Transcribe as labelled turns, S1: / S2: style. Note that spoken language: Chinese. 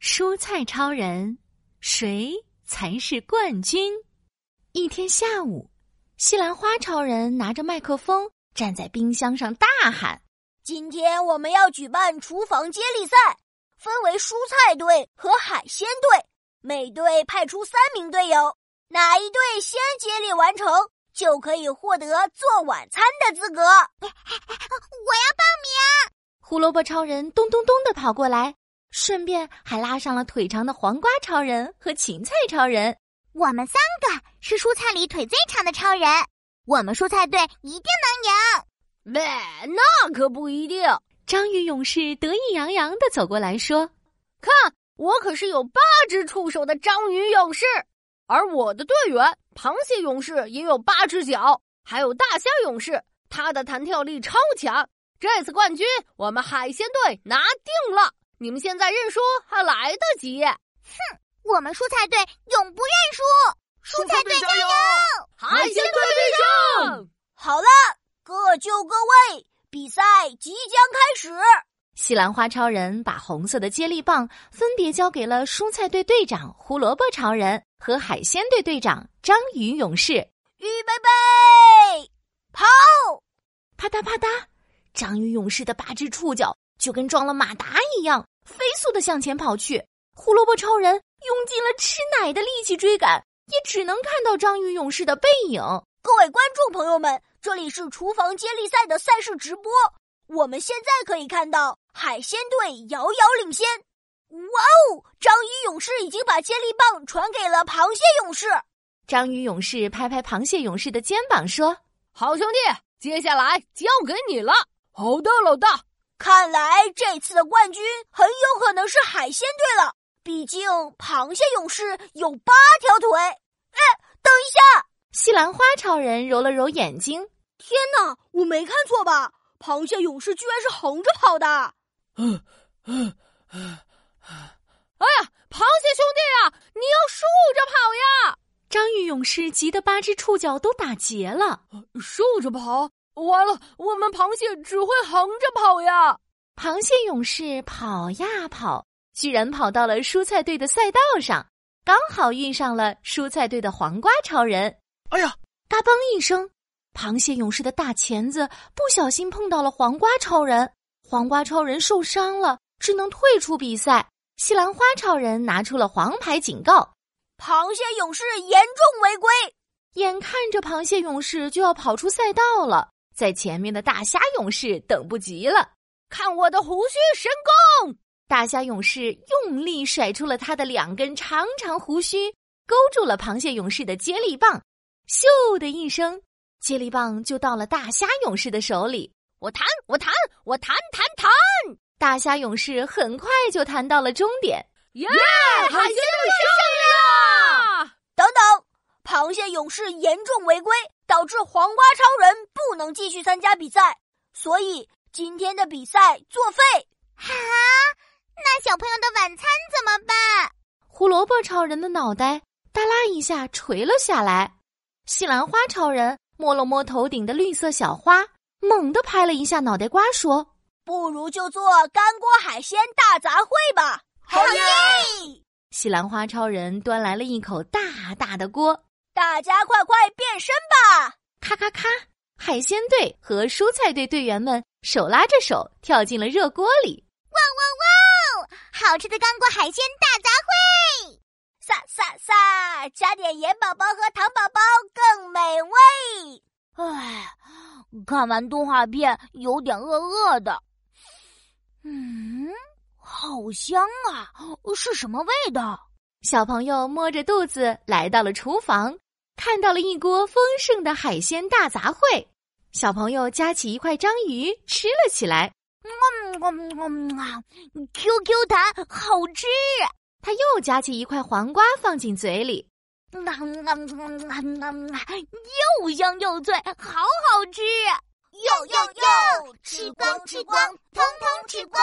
S1: 蔬菜超人谁才是冠军？一天下午，西兰花超人拿着麦克风站在冰箱上大喊
S2: 今天我们要举办厨房接力赛，分为蔬菜队和海鲜队，每队派出三名队友，哪一队先接力完成，就可以获得做晚餐的资格。
S3: 我要报名！：“
S1: 胡萝卜超人咚咚咚的跑过来，顺便还拉上了腿长的黄瓜超人和芹菜超人。
S3: 我们三个是蔬菜里腿最长的超人，我们蔬菜队一定能赢。
S2: 喂，那可不一定，”
S1: 章鱼勇士得意洋洋的走过来说
S2: 我可是有八只触手的章鱼勇士，而我的队员螃蟹勇士也有八只脚，还有大虾勇士，他的弹跳力超强。这次冠军我们海鲜队拿定了，你们现在认输还来得及。
S3: 我们蔬菜队永不认输，蔬菜队加油！
S2: 海鲜队必胜！
S4: 好了，各就各位，比赛即将开始。：“
S1: 西兰花超人把红色的接力棒分别交给了蔬菜队队长胡萝卜超人和海鲜队队长章鱼勇士。”
S4: 预备备，跑！
S1: 啪嗒啪嗒，章鱼勇士的八只触角就跟装了马达一样，飞速的向前跑去。胡萝卜超人用尽了吃奶的力气追赶，也只能看到章鱼勇士的背影。
S4: 各位观众朋友们，这里是厨房接力赛的赛事直播。我们现在可以看到海鲜队遥遥领先。哇哦！章鱼勇士已经把接力棒传给了螃蟹勇士。
S1: 章鱼勇士拍拍螃蟹勇士的肩膀说
S2: 好兄弟，接下来交给你了。好的，老大。
S4: 看来这次的冠军很有可能是海鲜队了，毕竟螃蟹勇士有八条腿。哎，等一下，：“
S1: 西兰花超人揉了揉眼睛，
S4: 天哪，啊我没看错吧？螃蟹勇士居然是横着跑的！
S2: 哎呀，螃蟹兄弟啊，你要竖着跑呀！
S1: 章鱼勇士急得八只触角都打结了。
S2: 竖着跑，完了，我们螃蟹只会横着跑呀！
S1: 螃蟹勇士跑呀跑，居然跑到了蔬菜队的赛道上，刚好遇上了蔬菜队的黄瓜超人。
S5: 哎呀，
S1: 嘎嘣一声，螃蟹勇士的大钳子不小心碰到了黄瓜超人，黄瓜超人受伤了，只能退出比赛。西兰花超人拿出了黄牌警告，
S4: 螃蟹勇士严重违规，
S1: 眼看着螃蟹勇士就要跑出赛道了，在前面的大虾勇士等不及了，
S2: 看我的胡须神功！
S1: 大虾勇士用力甩出了他的两根长长胡须，勾住了螃蟹勇士的接力棒，咻的一声，接力棒就到了大虾勇士的手里。
S2: 我弹，我弹，我弹弹弹！
S1: 大虾勇士很快就弹到了终点，
S2: 耶、海鲜队胜利啦！
S4: 等等，螃蟹勇士严重违规，导致黄瓜超人不能继续参加比赛，所以今天的比赛作废。
S3: 哈、那小朋友的晚餐怎么办？
S1: 胡萝卜超人的脑袋耷拉一下垂了下来。西兰花超人摸了摸头顶的绿色小花，猛地拍了一下脑袋瓜，说
S4: 不如就做干锅海鲜大杂烩吧！好耶！：“
S1: 西兰花超人端来了一口大大的锅，
S4: 大家快快变身吧！
S1: 咔咔咔！”海鲜队和蔬菜队队员们手拉着手跳进了热锅里。
S3: 好吃的干锅海鲜大杂烩！
S4: 撒撒撒，加点盐宝宝和糖宝宝更美味。
S3: 唉，看完动画片有点饿饿的。嗯，好香啊！是什么味道？
S1: 小朋友摸着肚子来到了厨房，看到了一锅丰盛的海鲜大杂烩。小朋友夹起一块章鱼吃了起来，
S3: 嗯嗯嗯啊，QQ 弹好吃！
S1: 他又夹起一块黄瓜放进嘴里。
S3: 嗯啊嗯啊嗯啊嗯啊嗯啊又香又脆，好好吃！
S4: 哟哟哟，吃光吃光，通通吃光！